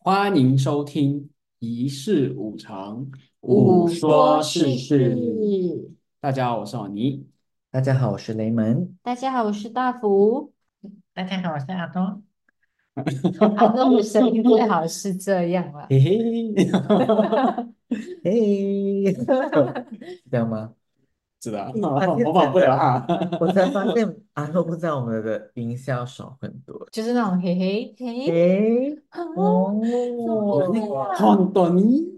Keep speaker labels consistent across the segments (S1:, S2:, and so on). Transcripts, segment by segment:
S1: 欢迎收听《一事无常》，
S2: 五
S1: 五说
S2: 说
S1: 世
S2: 事
S1: 事。
S2: 事，
S1: 大家好，我是老倪。
S3: 大家好，我是雷蒙。
S2: 大家好，我是大福。
S4: 大家好，我是阿东。
S2: 阿东的声音最好是这样啦。
S3: 嘿嘿，嘿， 这样吗？
S1: 是的，
S3: 发现
S1: 模仿不了啊。
S3: 我才发现阿诺不知道我们的音效少很多。
S2: 就是那种嘿嘿嘿，
S3: 诶，
S2: 啊
S3: 哦，
S2: 么会啊
S1: 本当に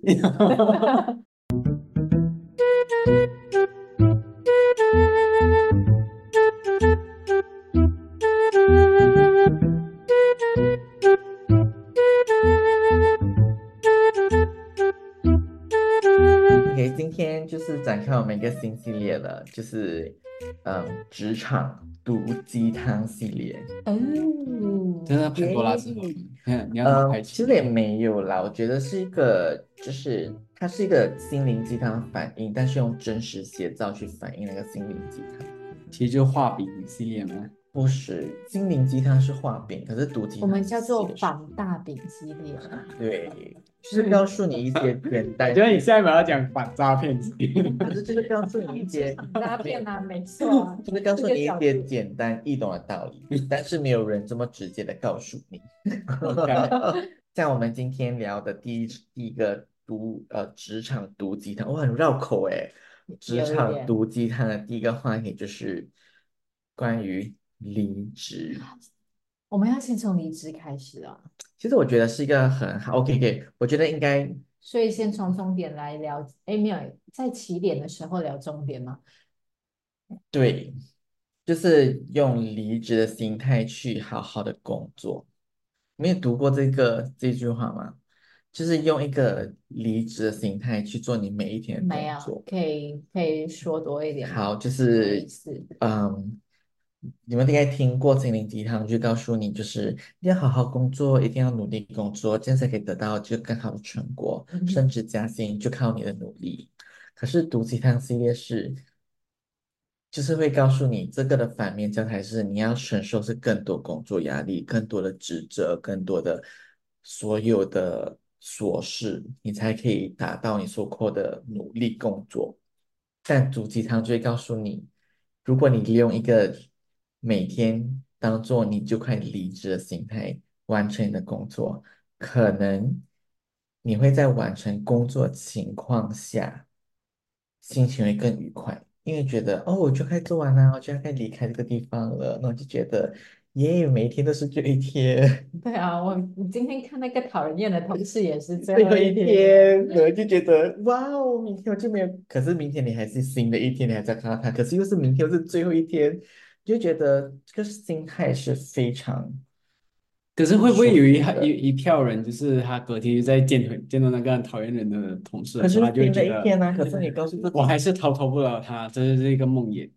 S3: OK，今天就是展开我们一个新系列了，就是嗯，职场毒鸡汤系列。
S2: 哎哦，
S1: 真的潘多拉之盒，你要怎么开
S3: 嗯，其
S1: 启
S3: 实？也没有啦，我觉得是一个，就是它是一个心灵鸡汤反应，但是用真实写照去反映那个心灵鸡汤。
S1: 其实就画饼系列嘛。
S3: 不是，心灵鸡汤是画饼，可是毒
S2: 我
S3: 鸡汤
S2: 们
S3: 是
S2: 叫做
S3: 写实
S2: 绑大饼系列。啊
S3: 对，就是告诉你一些简单，
S1: 我觉得你下一秒要讲反诈骗系列。
S3: 可是就是告诉你一 些
S2: 大骗啊，没错啊。
S3: 就是告诉你
S2: 这个
S3: 一
S2: 角
S3: 些
S2: 度
S3: 简单易懂的道理，但是没有人这么直接的告诉你。 像我们今天聊的第一第一个毒呃职场毒鸡汤，哇，很绕口哎。 职
S2: 有一
S3: 场
S2: 点
S3: 毒鸡汤的第一个话题就是关于离职。
S2: 我们要先从离职开始啊，
S3: 其实我觉得是一个很好，OK OK，我觉得应该
S2: 所以先从终点来聊。哎，没有，在起点的时候聊终点嘛。
S3: 对，就是用离职的心态去好好的工作。你有读过这个这句话吗？就是用一个离职的心态去做你每一天的
S2: 没
S3: 工
S2: 有，
S3: 作。
S2: 可以可以说多一点吗？
S3: 好，就
S2: 什么意
S3: 是
S2: 思？
S3: 嗯，你们应该听过心灵鸡汤，就告诉你就是要好好工作，一定要努力工作，这样才可以得到就更好的成果，
S2: 嗯
S3: 升职加薪就靠你的努力。可是毒鸡汤系列是，就是会告诉你这个的反面教材是你要承受是更多工作压力、更多的职责、更多的所有的琐事，你才可以达到你所扣的努力工作。但毒鸡汤就会告诉你，如果你利用一个每天当做你就快离职的心态完成你的工作，可能你会在完成工作情况下，心情会更愉快，因为觉得哦，我就快做完了，我就要该离开这个地方了，那我就觉得耶，每一天都是这一天，
S2: 对啊，我你今天看那个讨人厌的同事也是最
S3: 最
S2: 后
S3: 后
S2: 一
S3: 一
S2: 天，
S3: 天，我就觉得哇哦，明天我就没有，可是明天你还是新的一天，你还在看到他，可是又是明天又是最后一天，就觉得这个心态是非常
S1: 可是会不会有一
S3: 舒服
S1: 有
S3: 的
S1: 一票人，就是他隔天就在见回见到那个很讨厌人的同事
S3: 可
S1: 的时
S3: 是
S1: 候，他就会
S3: 新的
S1: 觉
S3: 一
S1: 得
S3: 天呢、啊可是你告诉自
S1: 我还
S3: 己，
S1: 是逃脱不了他，这是一个梦魇。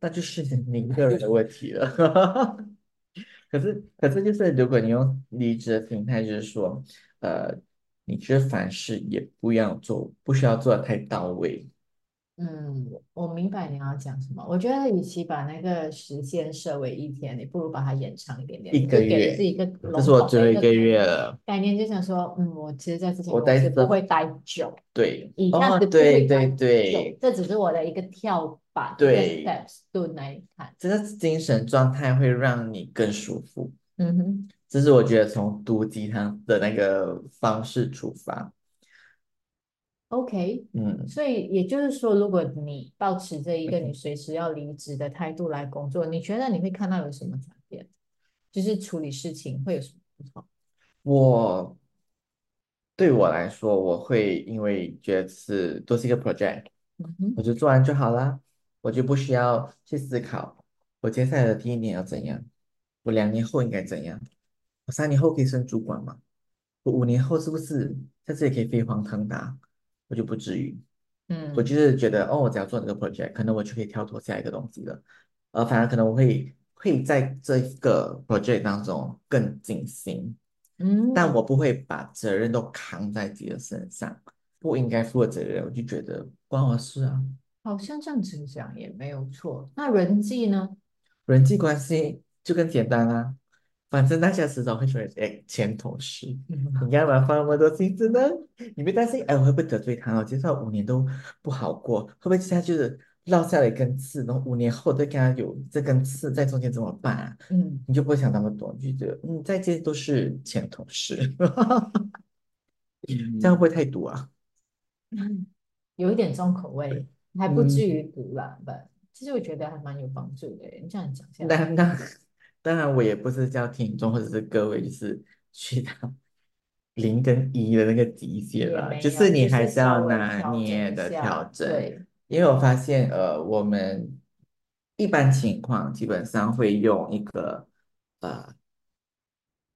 S3: 那就是你个人的问题了。 可是，可是就是如果你用离职的心态，就是说，呃，你这凡事也不要做，不需要做的太到位。
S2: 嗯，我明白你要讲什么。我觉得与其把那个时间设为一天，你不如把它延长一点点，
S3: 一
S2: 你就
S3: 个
S2: 给自
S3: 月，
S2: 己一个
S3: 这
S2: 笼
S3: 是我
S2: 统
S3: 最
S2: 的
S3: 后
S2: 一
S3: 一
S2: 个
S3: 个月了。
S2: 概念，就想说，嗯，我其实在这间
S3: 我
S2: 公
S3: 待
S2: 司不
S3: 这，
S2: 会待久，
S3: 对，
S2: 一下
S3: 哦，
S2: 子不
S3: 对
S2: 会待
S3: 对
S2: 久，
S3: 对
S2: 这只是我的一个跳板，一个
S3: 对，
S2: steps 对你来看，
S3: 这个精神状态会让你更舒服。
S2: 嗯哼，
S3: 这是我觉得从毒鸡汤的那个方式出发，
S2: OK，
S3: 嗯，
S2: 所以也就是说，如果你保持着一个你随时要离职的态度来工作，你觉得你会看到有什么转变？就是处理事情会有什么不同？
S3: 我。对我来说，我会因为觉得是都是一个 project，
S2: 嗯哼，
S3: 我就做完就好啦，我就不需要去思考我接下来的第一年要怎样，我两年后应该怎样，我三年后可以升主管吗？我五年后是不是在这里可以飞黄腾达？我就不至于，我
S2: 嗯
S3: 就是觉得哦，我只要做这个 project，可能我就可以跳脱下一个东西了，呃，反而可能我会会在这个 project 当中更尽心。但
S2: 嗯，
S3: 我不会把责任都扛在自己的身上，不应该负的责任，我就觉得关我事啊。
S2: 好像这样子讲也没有错。那人际呢？
S3: 人际关系就更简单啦、啊反正大家迟早会成为诶前同事，你干嘛放那么多心思呢？你别担心，哎，我会不会得罪他哦？接下来五年都不好过，会不会接下来就是落下了一根刺，然后五年后再跟他有这根刺在中间怎么办啊？
S2: 嗯，
S3: 你就不会想那么多，你就觉得嗯，再见都是前同事，这样会不会太毒啊？
S2: 嗯 有一点重口味，还不至
S3: 嗯
S2: 于毒啦，但其实我觉得还蛮有帮助的。你这样讲下来，
S3: 那那当然，我也不是叫听众或者是各位，就是去到 零跟一的那个极限
S2: 也
S3: 啦，
S2: 没
S3: 就
S2: 有
S3: 是你
S2: 就
S3: 还
S2: 是
S3: 是要
S2: 稍微
S3: 拿
S2: 调整
S3: 捏
S2: 一
S3: 的
S2: 下
S3: 调整。
S2: 对，
S3: 因为我发现，呃，我们一般情况基本上会用一个呃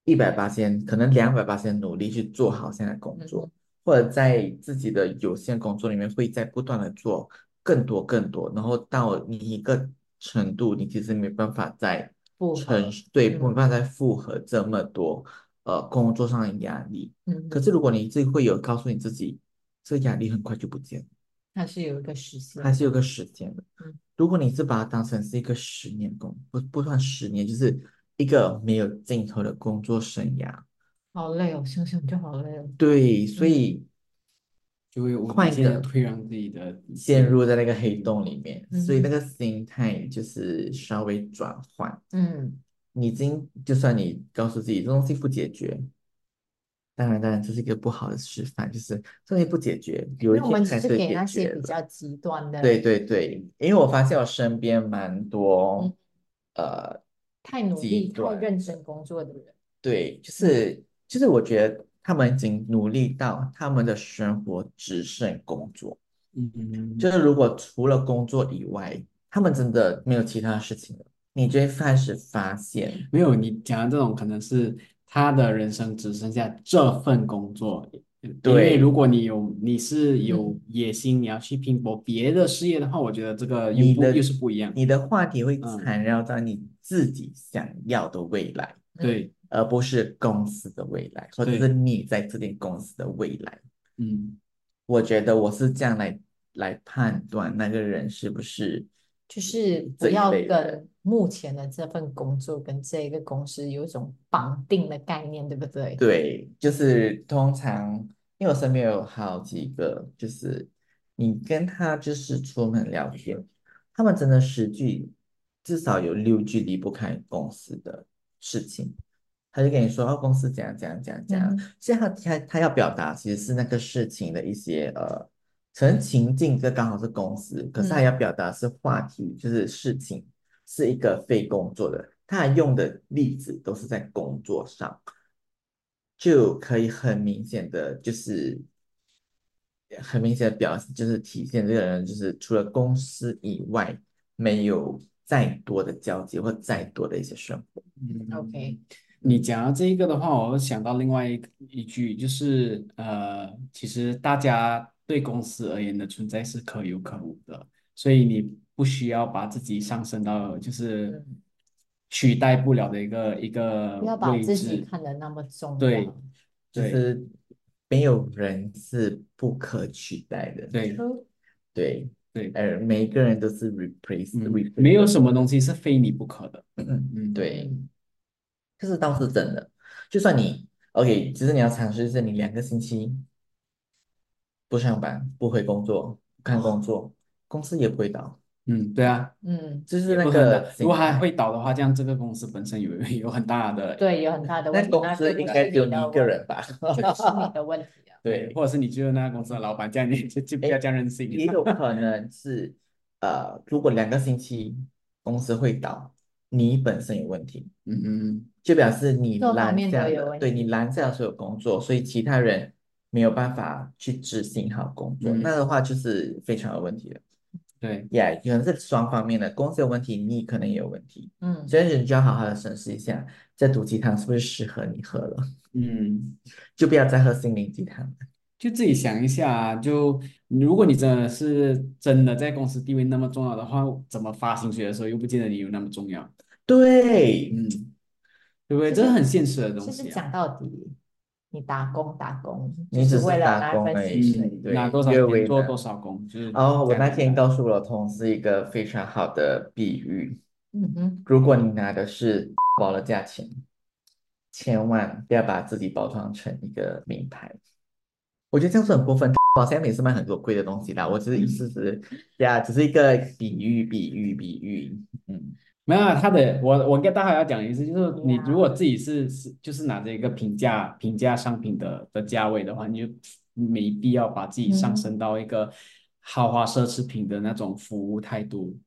S3: 一百八千，可能两百八千努力去做好现在的工作，或者在自己的有限工作里面，会在不断的做更多更多，然后到你一个程度，你其实没办法再
S2: 不
S3: 承对，
S2: 嗯
S3: 没办法再负荷这么多呃工作上的压力。
S2: 嗯，
S3: 可是如果你自己会有告诉你自己，这压力很快就不见了。
S2: 它是有一个时限
S3: 还，是有个时间的
S2: 嗯。
S3: 如果你是把它当成是一个十年工，不不算十年，就是一个没有尽头的工作生涯。
S2: 好累哦，想想就好累哦。
S3: 对，所以
S1: 就会无
S3: 换
S1: 限
S3: 一
S1: 的
S3: 个
S1: 推让自己的底线
S3: 陷入在那个黑洞里面，
S2: 嗯
S3: 所以那个心态就是稍微转换。
S2: 嗯，
S3: 你已经就算你告诉自己这东西不解决，当然当然这是一个不好的示范，就是这东西不解决，有一
S2: 那我
S3: 天
S2: 们只
S3: 还
S2: 是
S3: 是会
S2: 给
S3: 解
S2: 那
S3: 决
S2: 些比
S3: 的。
S2: 较极端的，
S3: 对，对对，因为我发现我身边蛮多，
S2: 嗯
S3: 呃，
S2: 太努
S3: 极
S2: 力、太
S3: 端
S2: 认真工作的人，
S3: 对，就是就是我觉得他们已经努力到他们的生活只剩工作，
S1: 嗯嗯，
S3: 就是如果除了工作以外，他们真的没有其他事情了，你就会开始发现，
S1: 没有你讲的这种，可能是他的人生只剩下这份工作。因为
S3: 对
S1: 如果你有你是有
S2: 嗯
S1: 野心，你要去拼搏别的事业的话，我觉得这个又
S3: 你
S1: 不
S3: 的
S1: 又是不一样。
S3: 你的话题会
S1: 嗯
S3: 缠绕到你自己想要的未来，
S1: 对，
S3: 而不是公司的未来，或者
S1: 对
S3: 是你在这间公司的未来。
S1: 嗯，
S3: 我觉得我是这样来来判断那个人是不是
S2: 就是不
S3: 嗯这一
S2: 要
S3: 类的人
S2: 跟目前的这份工作跟这一个公司有一种绑定的概念，对不对？
S3: 对，就是通常，因为我身边有好几个，就是你跟他就是出门聊天，他们真的十句至少有六句离不开公司的事情，他就跟你说哦，公司怎样怎样怎样怎样，
S2: 嗯
S3: 所以他他他要表达其实是那个事情的一些呃，可能情境这刚好是公司，可是他
S2: 嗯
S3: 要表达是话题，就是事情是一个非工作的，他还用的例子都是在工作上，就可以很明显的就是很明显的表示，就是体现这个人就是除了公司以外没有再多的交集或再多的一些生活。
S1: 嗯
S2: OK
S1: 你讲到这一个的话，我又想到另外一个一句，就是呃，其实大家对公司而言的存在是可有可无的，所以你不需要把自己上升到就是
S2: 嗯
S1: 取代不了的一个一个
S2: 不要把
S1: 位
S2: 自己
S1: 置。
S2: 看得那么重
S1: 对
S2: 要。
S3: 就
S1: 对
S3: 是没有人是不可取代的，
S1: 对
S2: True
S3: 对
S1: 对，
S3: 呃，每一个人都是 replace
S1: 嗯
S3: replace，，
S1: 没有什么东西是非你不可的。
S3: 嗯
S1: 嗯，
S3: 对，这是倒是真的。就算你 OK，其实你要尝试，就是你两个星期不上班，不回工作，不看工作，公司也不会倒，
S1: 嗯，对啊，
S2: 嗯，
S3: 就是
S1: 也
S3: 那
S1: 不可能
S3: 个
S1: 的。如果
S3: 心态
S1: 还会倒的话，这样这个公司本身有有很大的
S2: 对，有很大的问
S3: 那
S2: 题，
S3: 公
S2: 那
S3: 司
S2: 就
S3: 应
S2: 不
S3: 该
S2: 是
S3: 只有
S2: 你
S3: 你
S2: 的
S3: 一个
S2: 问
S3: 人吧？
S2: 题，这不是你的问题啊。
S3: 对，
S1: 或者是你就是那个公司的老板，这样你就就不要这样任性。
S3: 也有可能是，呃，如果两个星期公司会倒，你本身有问题，
S1: 嗯嗯
S3: 就表示你
S2: 各方
S3: 拦
S2: 面
S3: 下
S2: 都有
S3: 了，
S2: 问
S3: 对
S2: 题
S3: 你拦下了所有工作，所以其他人没有办法去执行好工作，
S1: 嗯
S3: 那的话就是非常有问题了。
S1: 对，
S3: 也、可能是双方面的，公司有问题，你可能也有问题，
S2: 嗯，
S3: 所以你就要好好的审视一下，这毒鸡汤是不是适合你喝了，
S1: 嗯，
S3: 就不要再喝心灵鸡汤了。
S1: 就自己想一下啊，就如果你真的是真的在公司地位那么重要的话，怎么发薪水的时候又不见得你有那么重要，
S3: 对，
S1: 嗯，对不对？
S2: 其实
S1: 这是很现实的东
S2: 其实
S1: 西啊。
S2: 讲到底，你打工打工，
S3: 你
S2: 就
S3: 只
S2: 是为
S3: 是
S2: 了
S3: 打
S2: 拿
S3: 工
S2: 份
S3: 而
S2: 薪
S3: 已
S2: 水。
S1: 嗯，
S3: 对
S1: 拿多少
S3: 越为
S1: 钱做
S3: 难
S1: 多少工，就是
S3: 哦，我
S1: 这样
S3: 那
S1: 子啊
S3: 天
S1: 的
S3: 告诉我的同事一个非常好的比喻，
S2: 嗯哼，
S3: 如果你拿的是宝的价钱，千万不要把自己包装成一个名牌。我觉得这样是很过分。我现在也是卖很多贵的东西啦，我只是意思是，呀，只是一个比喻，比喻，比喻。嗯，
S1: 没有啊他的，我我跟大家要讲的意思就是，你
S2: 对啊
S1: 如果自己是是就是拿着一个平价平价商品的的价位的话，你就没必要把自己上升到一个豪华奢侈品的那种服务态度，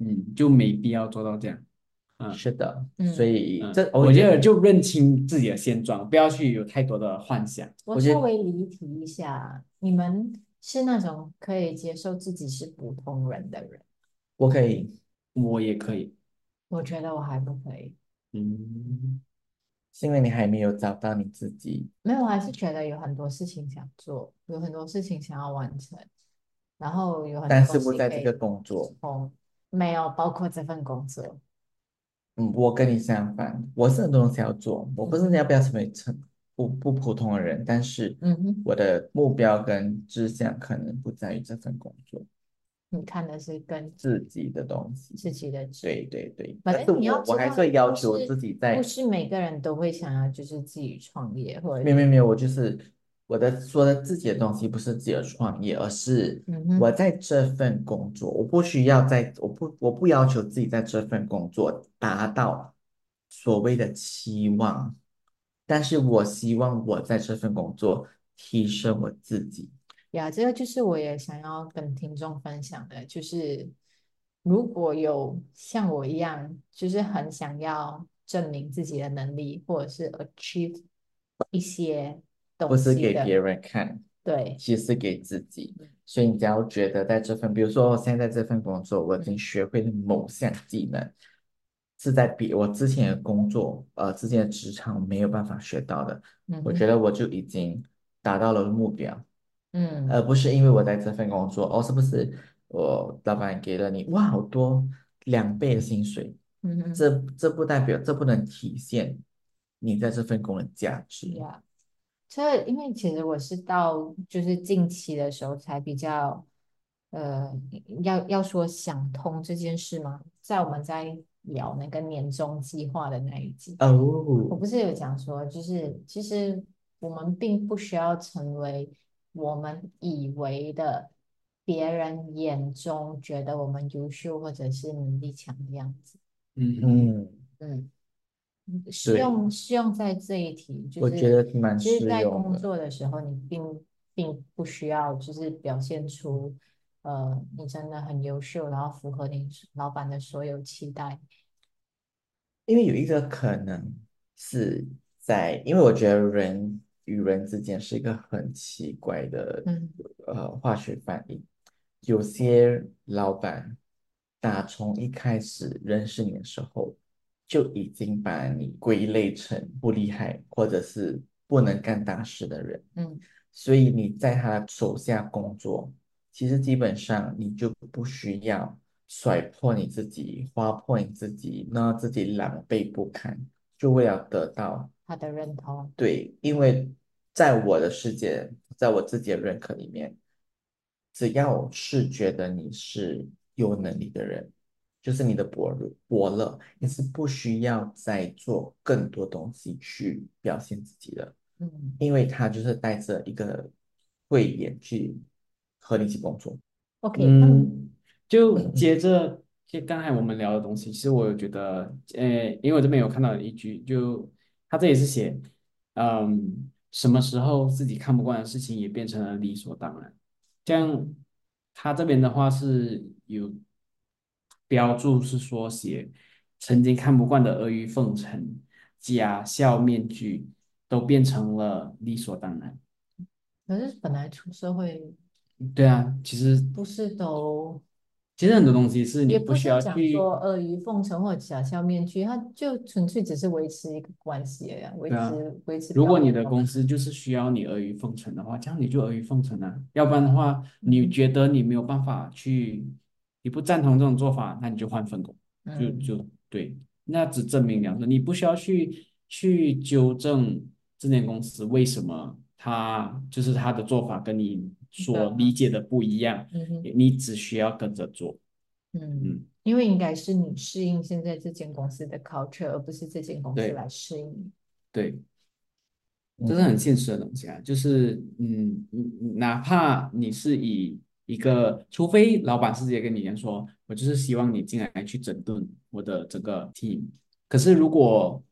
S1: 嗯，就没必要做到这样，嗯
S3: 是的，
S2: 嗯
S3: 所以
S1: 嗯
S3: 这
S1: 我觉
S3: 觉
S1: 得就认清自己的现状，不要去有太多的幻想。
S2: 我
S3: 我觉
S2: 稍
S3: 得
S2: 微离题一下，你们是那种可以接受自己是普通人的人，
S3: 我可以，
S1: 我也可以，
S2: 我觉得我还不可以。
S1: 嗯，
S3: 是因为你还没有找到你自己。
S2: 没有，我还啊是觉得有很多事情想做，有很多事情想要完成，然后有很多
S3: 但是
S2: 东
S3: 不
S2: 西
S3: 在
S2: 可
S3: 这
S2: 以
S3: 个工作
S2: 冲，没有包括这份工作。
S3: 嗯，我跟你相反，我是很多东西要做，我不是要不要成为成不不普通的人，但是
S2: 嗯哼，
S3: 我的目标跟志向可能不在于这份工作，
S2: 你看的是跟
S3: 自己的东西。
S2: 自己的职
S3: 对对对，
S2: 反
S3: 但
S2: 正
S3: 是
S2: 你要
S3: 我我
S2: 知
S3: 还
S2: 道
S3: 是会要
S2: 不
S3: 求
S2: 是
S3: 自己在
S2: 不是每个人都会想要就是自己创业或者
S3: 没有没有没有，我就是我的说的自己的东西，不是自己的创业，而是
S2: 嗯哼
S3: 我在这份工作，我不需要在，我不我不要求自己在这份工作达到所谓的期望，但是我希望我在这份工作提升我自己。
S2: 呀，这个就是我也想要跟听众分享的，就是如果有像我一样，就是很想要证明自己的能力，或者是 achieve 一些东
S3: 不是
S2: 西
S3: 给别
S2: 的，
S3: 人看，
S2: 对，
S3: 其实是给自己。所以你只要觉得在这份，比如说我现在在这份工作，我已经学会了某项技能，是在比我之前的工作，呃，之前的职场没有办法学到的，
S2: 嗯
S3: 我
S2: 哼
S3: 觉得我就已经达到了目标，
S2: 嗯
S3: 而不是因为我在这份工作，哦，是不是我老板给了你哇好多两倍的薪水，
S2: 嗯哼
S3: 这这不代表这不能体现你在这份工的价值。
S2: 呀，这因为其实我是到就是近期的时候才比较，呃，要要说想通这件事嘛，在我们在聊那个年终计划的那一集。我
S3: 哦，
S2: 不是有讲说，就是其实我们并不需要成为我们以为的别人眼中觉得我们优秀或者是能力强的样子。
S1: 嗯，
S3: 嗯。
S2: 嗯，适
S3: 对
S2: 用适用在这一题，就
S3: 我
S2: 是
S3: 觉得蛮
S2: 其实
S3: 适
S2: 在
S3: 用
S2: 工
S3: 的
S2: 作的时候，你并并不需要就是表现出，呃，你真的很优秀，然后符合你老板的所有期待。
S3: 因为有一个可能是在，因为我觉得人与人之间是一个很奇怪的
S2: 嗯
S3: 呃化学反应，有些老板打从一开始认识你的时候，就已经把你归类成不厉害或者是不能干大事的人，
S2: 嗯
S3: 所以你在他手下工作，其实基本上你就不需要甩破你自己，划破你自己，让自己狼狈不堪，就为了得到
S2: 他的认同，
S3: 对，因为在我的世界，在我自己的认可里面，只要是觉得你是有能力的人，就是你的伯乐，伯乐，你是不需要再做更多东西去表现自己的。
S2: 嗯
S3: 因为他就是带着一个慧眼去和你一起工作。
S2: ，OK，那么
S1: 嗯，就接着就刚才我们聊的东西，其实我有觉得，呃，因为我这边有看到一句，就他这里是写，嗯，什么时候自己看不惯的事情也变成了理所当然。这样，他这边的话是有标注是说写曾经看不惯的阿谀奉承、假笑面具，都变成了理所当然。
S2: 可是本来出社会
S1: 对啊，其实
S2: 不是都，
S1: 其实很多东西是你
S2: 也
S1: 不
S2: 不
S1: 需
S2: 是
S1: 要
S2: 讲
S1: 去。
S2: 说阿谀奉承或者假笑面具，它就纯粹只是维持一个关系而已啊，维
S1: 对啊
S2: 持维持
S1: 如果你
S2: 表面
S1: 的
S2: 嘛。
S1: 公司就是需要你阿谀奉承的话，这样你就阿谀奉承啊。要不然的话，你
S2: 嗯
S1: 觉得你没有办法去，你不赞同这种做法，那你就换份工，就
S2: 嗯
S1: 就对。那只证明两个，你不需要去去纠正这间公司为什么他就是他的做法跟你所理解的不一样，
S2: 嗯哼
S1: 你只需要跟着做。
S2: 嗯，
S1: 嗯，
S2: 因为应该是你适应现在这间公司的 culture，而不是这间公司
S3: 对
S2: 来适应你。
S1: 对。这是
S3: 嗯
S1: 很现实的东西啊，就是嗯，嗯哪怕你是以一个，除非老板是直接跟你讲说，我就是希望你进来去整顿我的整个 team，可是如果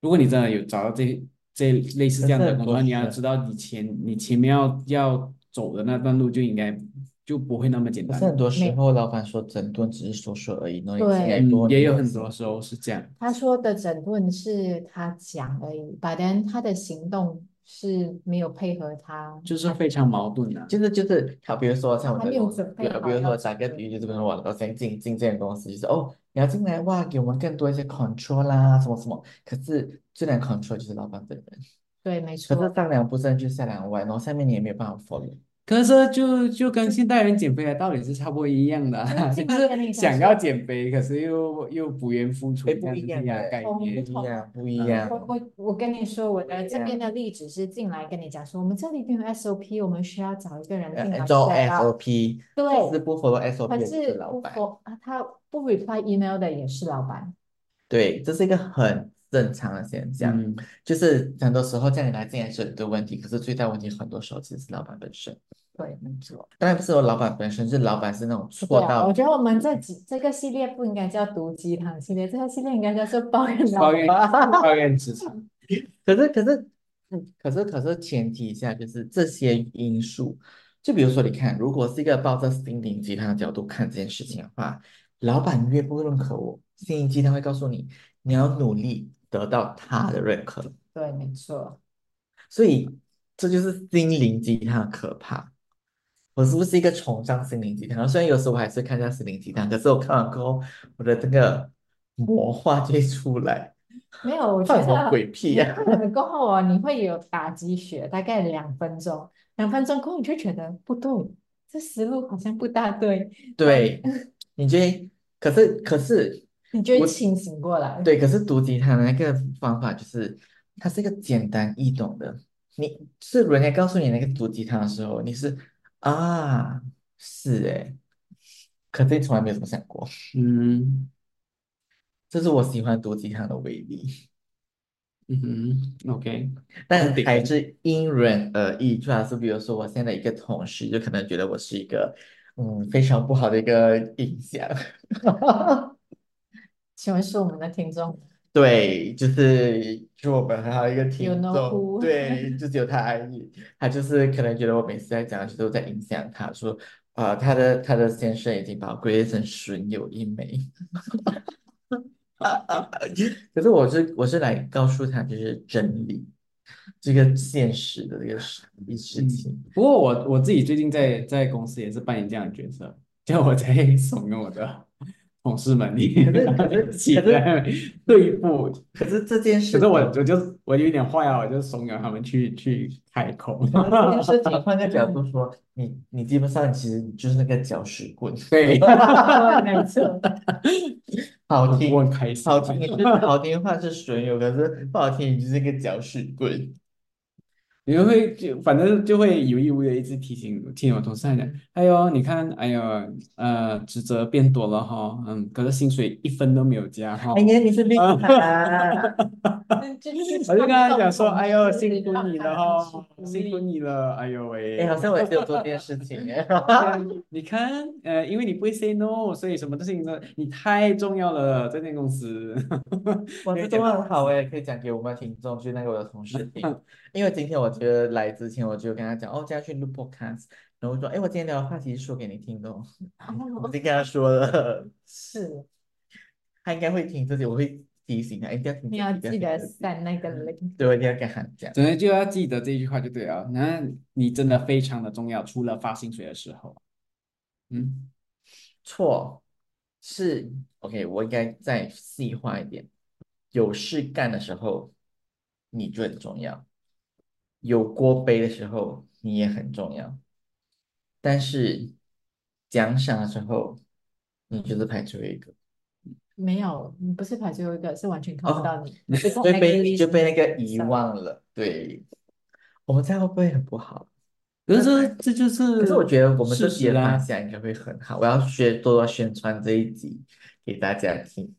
S1: 如果你真的有找到这这类似
S3: 可
S1: 这样
S3: 是
S1: 的
S3: 很
S1: 工
S3: 不
S1: 作，你要
S3: 是，
S1: 知道你前你前面要要走的那段路就应该就不会那么简
S3: 可是
S1: 单，
S3: 嗯很多时
S2: 没，
S3: 候老板说整顿只是说说而已，那你进来
S2: 对，
S1: 嗯，
S3: 过后，你
S1: 也
S3: 就
S1: 有
S3: 会
S1: 很
S3: 知
S1: 多时候是这样，
S2: 他说的整顿是他讲而已，摆但他的行动是没有配合他，
S1: 就是
S2: 他
S1: 非常矛盾啊，
S3: 就是就是好，比如说像我
S2: 他
S3: 的
S2: 没有
S3: 公司，
S2: 准
S3: 比
S2: 备
S3: 如比
S2: 好
S3: 如
S2: 要
S3: 说
S2: 整
S3: 打个比
S2: 顿。
S3: 喻，就是可能我老先进进这间公司，就是哦，你要进来哇，给我们更多一些 control 啦，什么什么。可是最难 control 就是老板本人，
S2: 对，没
S3: 可是
S2: 错，
S3: 上梁不正就下梁歪，然后下面你也没有办法 follow。
S1: 可是就就跟现代人减肥的道理是差不多一样的
S2: 就 是
S1: 啊，就
S2: 进来跟
S1: 是
S2: 你讲
S1: 想要
S2: 说，
S1: 减肥，可是又又不愿付
S3: 哎，
S1: 出，这
S3: 不
S1: 样
S3: 一
S1: 子是
S3: 样
S1: 一样的
S3: 哎，
S1: 概
S2: 同不
S1: 念。
S3: 不一
S2: 同？
S3: 样，不一
S1: 嗯，
S3: 样，
S2: 我我我跟你说，我
S3: 不
S2: 的
S3: 一
S2: 这边
S3: 样。
S2: 的例子是进来跟你讲说，我们这里没有 SOP，我们需要找一个人
S3: 呃
S2: 进来
S3: ，follow
S2: set up。
S3: SOP，可是
S2: 对，
S3: 不 follow
S2: 可
S3: SOP 的就是
S2: 是
S3: 老
S2: 不
S3: 板。
S2: 否啊，他不 reply email 的也是老板。
S3: 对，这是一个很正常的现象，
S1: 嗯，
S3: 就是很多时候叫你来进来是很多问题，可是最大问题很多时候其实是老板本身。
S2: 对，没错。
S3: 当然不是我老板本身，是老板是那种
S2: 对
S3: 错
S2: 啊，我
S3: 到嗯
S2: 觉得我们这几这个系列不应该叫毒鸡汤系列，这个系列应该叫做抱怨老
S1: 抱怨
S2: 板。
S1: 抱怨职场，
S3: 可是可是，嗯，可是可是前提下就是这些因素，就比如说你看，如果是一个抱着心灵鸡汤的角度看这件事情的话，老板越不认可我，心灵鸡汤会告诉你，你要努力得到他的认可，
S2: 对，没错。
S3: 所以这就是心灵鸡汤的可怕。我是不是一个崇尚心灵鸡汤？虽然有时候我还是看一下心灵鸡汤，可是我看完过后，我的这个魔化就会出来，
S2: 没有，我觉
S3: 放 什么
S2: 得
S3: 鬼屁啊
S2: 你
S3: 呀、
S2: 看了过后哦，你会有打鸡血，大概两分钟，两分钟过后你就觉得不对，这思路好像不大对，然后
S3: 对， 你觉得？可是可是
S2: 你就会
S3: 我
S2: 清醒过来。
S3: 对，可是毒鸡汤的那个方法就是，它是一个简单易懂的。你是人家告诉你那个毒鸡汤的时候，你是啊，是诶，可是你从来没有这么想过，
S1: 嗯
S3: 这是我喜欢毒鸡汤的威力。
S1: 嗯哼，OK，我
S3: 但
S1: 顶
S3: 还是因人而异，主要是比如说我现在一个同事就可能觉得我是一个嗯非常不好的一个印象，
S2: 请问是我们的听众
S3: 对，就是就是我们还有一个
S2: ，you
S3: 听
S2: know
S3: 众，
S2: who？
S3: 对，就只有他而已，他就是可能觉得我每次在讲的时候都在影响他，说呃他的他的先生已经把我归类成损友一枚， 可是我是我是来告诉他就是真理，这个现实的这个事事
S1: 嗯，
S3: 情。
S1: 不过我我自己最近在在公司也是扮演这样的角色， 就我在怂恿我的同事们，你
S3: 可是可
S1: 们一
S3: 是
S1: 起
S3: 可是
S1: 在对付，
S3: 可是这件
S1: 可
S3: 事
S1: 是我
S3: 情，
S1: 我就我有一点坏啊，我就怂恿他们去去开口。
S3: 可是这件事情，换个角度说，你你基本上其实就是那个搅屎棍，
S1: 对，
S2: 对， 没错，
S3: 好
S1: 我我
S3: 听
S1: 很开
S3: 好
S1: 心。
S3: 听是好听的话是损友，可是不好听你就是一个搅屎棍。
S1: 你就会就反正就会有意无意一直提醒提醒我同事来讲，哎呦，你看，哎呦，呃，职责变多了哈，嗯，可是薪水一分都没有加
S2: 哦
S1: 哈，
S3: 哎呀，你是绿
S1: 啊，
S3: 茶，
S2: 那就就是
S1: 我就跟他
S2: 放
S1: 讲
S2: 纵
S1: 说，
S2: 同
S1: 哎
S2: 事，
S1: 呦，辛苦
S2: 让
S1: 你
S2: 他
S1: 了
S2: 们去
S1: 哈，
S2: 福
S1: 辛苦
S2: 利。
S1: 你了，哎呦
S3: 哎，好
S1: 喂，
S3: 像我也是有做这件事情 哎，
S1: 对啊，你你看，呃，因为你不会 say no，所以什么事情都你太重要了，在那间公司，
S3: 哇，
S1: 那个
S3: 这句
S1: 讲
S3: 话很
S1: 公
S3: 好
S1: 司，
S3: 哎，可以讲给我们的听众，就那个我的同事 听。因为今天我觉得来之前，我就跟他讲，哦，今天去录 podcast，然后我说，哎，我今天聊的话题说给你听的哦， 我
S2: 哦，
S3: 就跟他说了。
S2: 是，
S3: 他应该会听这些，我会提醒他，哎，不要听
S2: 你
S3: 这
S2: 要
S3: 题，不要
S2: 记
S3: 听
S2: 得
S3: 这题。
S2: 删那个 link。
S3: 对，我一定要跟他讲。
S1: 总之就要记得这句话就对了，那你真的非常的重要，除了发薪水的时候，嗯。
S3: 错是 OK，我应该再细化一点。有事干的时候，你就很重要；有锅背的时候，你也很重要。但是奖赏的时候，你就是排除一个。
S2: 没有，你不是排最后一个，是完全看不
S3: 哦，
S2: 到你，你不在
S3: 就
S2: 那个
S3: 被就
S2: list
S3: 被
S2: 里
S3: 那个遗
S2: ，sorry。
S3: 忘了。对，我们这样会不会很不好？
S1: 可是这这就
S3: 嗯可是我
S1: 是
S3: 觉得我们
S1: 事
S3: 这集
S1: 实
S3: 的方
S1: 啊，
S3: 向应该会很好，我要学多多宣传这一集给大家听。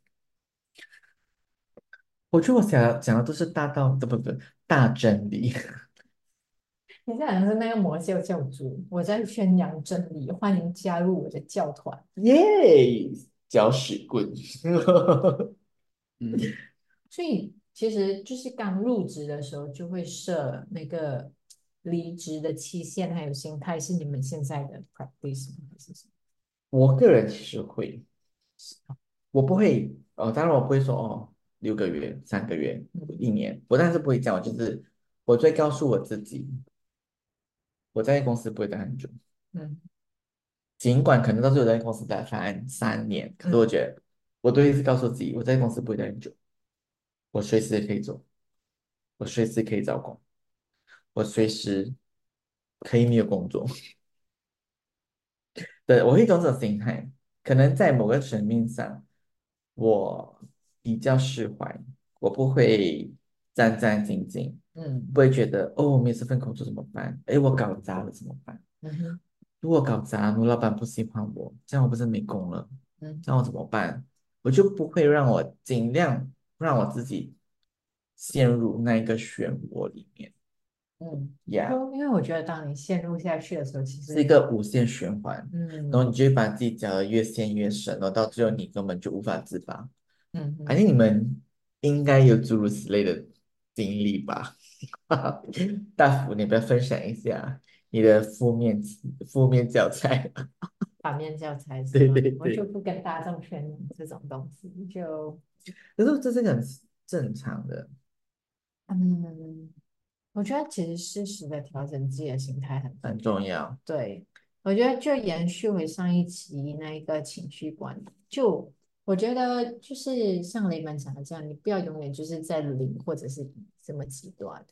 S3: 我觉得我想讲的都是大道，不不不，大真理。
S2: 你这好像是那个魔教教主，我在宣扬真理，欢迎加入我的教团。
S3: 耶，搅屎棍。
S1: 嗯，
S2: 所以其实就是刚入职的时候就会设那个离职的期限，还有心态是你们现在的 practice 吗？还是什么？
S3: 我个人其实会，我不会，哦，当然我不会说哦，六个月、三个月、
S2: 嗯，
S3: 一年，我但是不会这样，我就是我最告诉我自己，我在公司不会待很久，
S2: 嗯
S3: 尽管可能到最后在公司待三三年，可是我觉得我都一直告诉自己，我在公司不会待很久，我随时可以走，我随时可以找工，我随时可以没有工作。对，我会有这种心态，可能在某个层面上，我比较释怀，我不会战战兢兢，
S2: 嗯
S3: 不会觉得哦，没有这份工作怎么办？哎，我搞砸了怎么办？
S2: 嗯哼
S3: 如果搞砸，我老板不喜欢我，这样我不是没工了？
S2: 嗯
S3: 这样我怎么办？我就不会让我尽量让我自己陷入那一个漩涡里面
S2: 嗯，因
S3: 呀。
S2: 为因为我觉得当你陷入下去的时候，其
S3: 是一
S2: 实
S3: 个无限循环，然后
S2: 嗯
S3: 你就会把自己搅得越陷越深，然后到最后你根本就无法自拔。
S2: 嗯
S3: 反
S2: 嗯，
S3: 正你们应该有诸如此类的经历吧？ 大福，你不要分享一下你的负面负面教材？
S2: 反面教材是
S3: 对
S2: 吗？
S3: 对
S2: 我就
S3: 对，
S2: 不跟大众宣扬这种东西，就
S3: 可是这是很正常的。
S2: 嗯，我觉得其实适时的调整自己的心态很
S3: 很
S2: 重要。
S3: 重要。
S2: 对，我觉得就延续回上一期那一个情绪管理，就我觉得就是像雷曼讲的这样，你不要永远就是在零或者是一这么极端，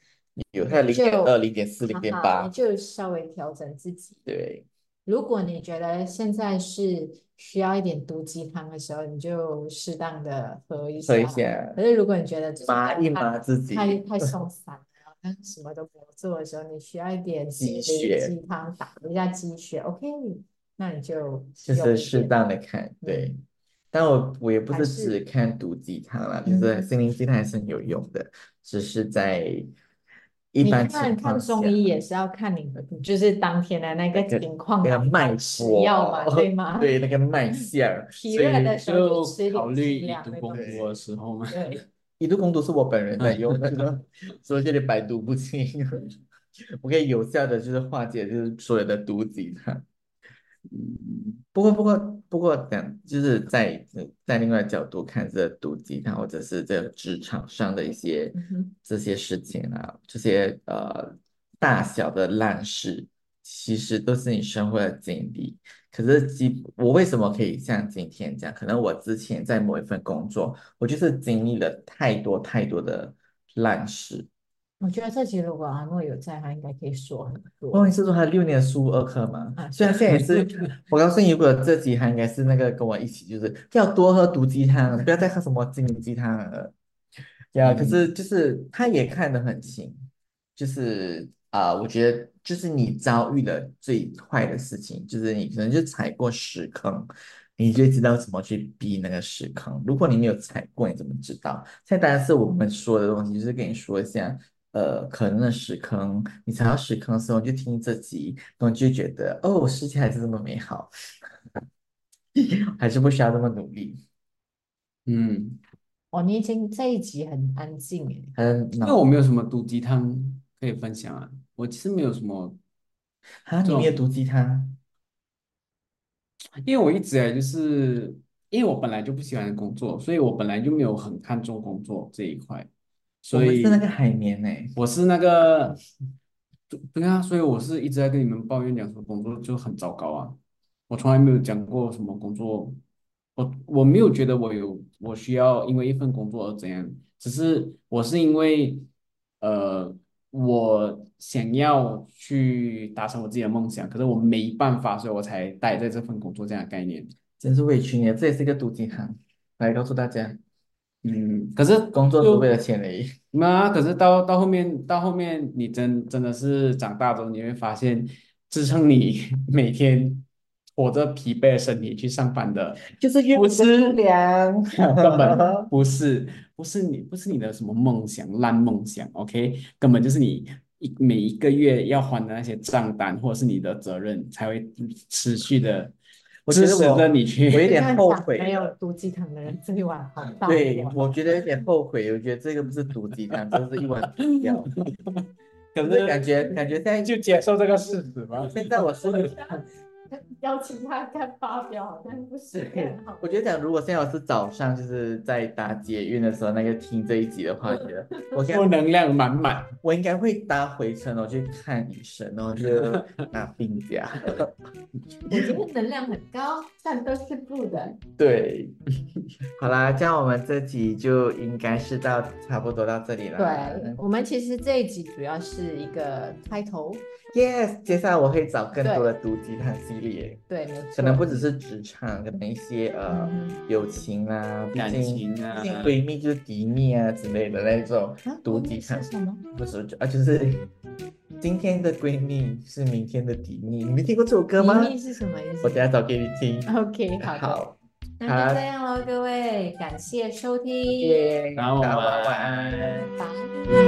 S3: 有它
S2: 你
S3: 零点二、
S2: 就
S3: 零点四、零
S2: 哈
S3: 点
S2: 哈，你
S3: 八，
S2: 就稍微调整自己。
S3: 对，
S2: 如果你觉得现在是需要一点毒鸡汤的时候，你就适当的喝一
S3: 测一
S2: 下。
S3: 下，
S2: 可是啊如果你觉得就是
S3: 麻
S2: 太太
S3: 一麻自
S2: 太
S3: 己，
S2: 太松散了，然后但是什么都没有做的时候，你需要一点
S3: 积
S2: 心灵
S3: 雪。
S2: 鸡汤打一下鸡血，OK，那你就
S3: 就是
S2: 用一
S3: 适
S2: 点，
S3: 当的看，对。
S2: 嗯，
S3: 但我我也不
S2: 还
S3: 是只
S2: 是
S3: 看毒鸡汤啦，就是
S2: 嗯，
S3: 心灵鸡汤还是很有用的，只是在一
S2: 你
S3: 般
S2: 看
S3: 情
S2: 看
S3: 况
S2: 中
S3: 下，
S2: 医也是要看你的，就是当天的那
S3: 那
S2: 个
S3: 个
S2: 情况
S3: 那
S2: 来
S3: 个
S2: 来
S3: 脉
S2: 吃药嘛，
S3: 搏，
S2: 对吗？
S3: 对，那个脉 象儿，
S2: 疲
S3: 所
S2: 啊倦的
S3: 以
S2: 时候就
S1: 就
S2: 吃一
S1: 考
S2: 点
S1: 虑
S2: 清
S1: 以
S2: 凉
S1: 毒
S2: 的
S1: 攻
S2: 东西，
S1: 毒的
S3: 对，
S1: 时候嘛，
S2: 对。
S3: 以毒攻毒是我本人在
S1: 嗯，
S3: 用的，所以我觉得百毒不侵， 我可以有效的就是化解就是所有的毒鸡汤。
S1: 嗯
S3: 不过，不过，不过，讲就是在在另外角度看这毒鸡汤，或者是这个职场上的一些
S2: 嗯哼，
S3: 这些事情啊，这些呃大小的烂事，其实都是你生活的经历。可是基，我为什么可以像今天这样？可能我之前在某一份工作，我就是经历了太多太多的烂事。
S2: 我觉得这集如果阿诺有在，他应该可以说很
S3: 我
S2: 多
S3: 跟你是说他六年的书二课嘛，
S2: 啊，
S3: 所以他现在也是，我告诉你，如果这集他应该是那个跟我一起，就是要多喝毒鸡汤，不要再喝什么精灵鸡汤了。呀，啊可
S1: 嗯
S3: 是就是他也看得很清，就是啊、我觉得就是你遭遇了最坏的事情，就是你可能就踩过屎坑，你就知道怎么去避那个屎坑。如果你没有踩过，你怎么知道？现在当然是我们说的东西，就是跟你说一下，呃，可能的屎坑，你踩到屎坑的时候，你就听这集，然后你就觉得哦，世界还是这么美好，还是不需要这么努力，
S1: 嗯，
S2: 哦，你已经这一集很安静诶，
S3: 还是
S1: 那我
S3: 脑
S1: 没有什么毒鸡汤可以分享啊，我其实没有什么
S3: 啊，
S1: 这
S3: 你没有
S1: 种。
S3: 毒鸡汤。
S1: 因为我一直哎，就是因为我本来就不喜欢工作，所以我本来就没有很看重工作这一块，
S3: 我
S1: 所
S3: 们是那
S1: 以
S3: 个海绵呢、欸
S1: 我是那个，对对啊，所以我是一直在跟你们抱怨讲说工作就很糟糕啊，我从来没有讲过什么工作，我我没有觉得我有我需要因为一份工作而怎样，只是我是因为呃。我想要去达成我自己的梦想，可是我没办法，所以我才待在这份工作这样的概念。
S3: 真是委屈你了，这也是一个毒鸡汤。来告诉大家，
S1: 嗯，可是
S3: 工作是为
S1: 就
S3: 了钱而已。
S1: 那、可是到到后面，到后面你真真的是长大之后，你会发现，支撑你每天拖着疲 惫的身体去上班的，
S3: 就是岳
S1: 不
S3: 母的姑
S1: 是
S3: 娘。
S1: 根本不是不是你不是你的什么梦想烂梦想，OK，根本就是你一每一个月要还的那些账单，或者是你的责任，才会持续的
S3: 我觉
S1: 支
S3: 得
S1: 持着
S3: 我
S1: 你
S3: 我有
S1: 去。
S3: 点后悔
S2: 没有
S3: 了。
S2: 毒鸡汤的人，这一碗好大
S3: 对，
S1: 哦
S2: 碗。
S3: 我觉得有点后悔，我觉得这个不是毒鸡汤，这是一碗毒 药，
S1: 可
S3: 就是感
S1: 是
S3: 觉感觉在
S1: 就接受这个事实吧。
S3: 现在我是
S2: 邀请他看发表好像不是
S3: 对，
S2: 很好。
S3: 我觉得讲，如果现在我是早上就是在搭捷运的时候，那个听这一集的话，我 觉得我应
S1: 负
S3: 该
S1: 能量满满。
S3: 我应该会搭回程哦，我去看医生，然 后就拿病假。
S2: 我觉得能量很高，但都是负的。
S3: 对，好啦，这样我们这集就应该是到差不多到这里啦。
S2: 对，我们其实这一集主要是一个开头，
S3: Yes，接下来我会找更多的毒鸡汤系列，
S2: 对，没错，
S3: 可能不只是职场，可能一些呃
S2: 嗯
S3: 友情啊，毕
S1: 感
S3: 竟
S1: 情啊
S3: 毕竟闺蜜就是敌蜜啊之类的那种
S2: 啊
S3: 毒
S2: 闺蜜
S3: 鸡汤
S2: 是。什么？
S3: 不是啊，就是 今天的闺蜜是明天的敌蜜，你没听过这首歌吗？
S2: 秘密是什么意
S3: 我
S2: 思
S3: 等下找给你听。
S2: ？OK，好
S1: 嗯
S2: 的，
S3: 好，
S2: 那就这样喽，各位，感谢收听，
S3: 耶，
S1: 然后我
S3: 大家
S1: 们
S3: 晚安。
S2: 拜拜。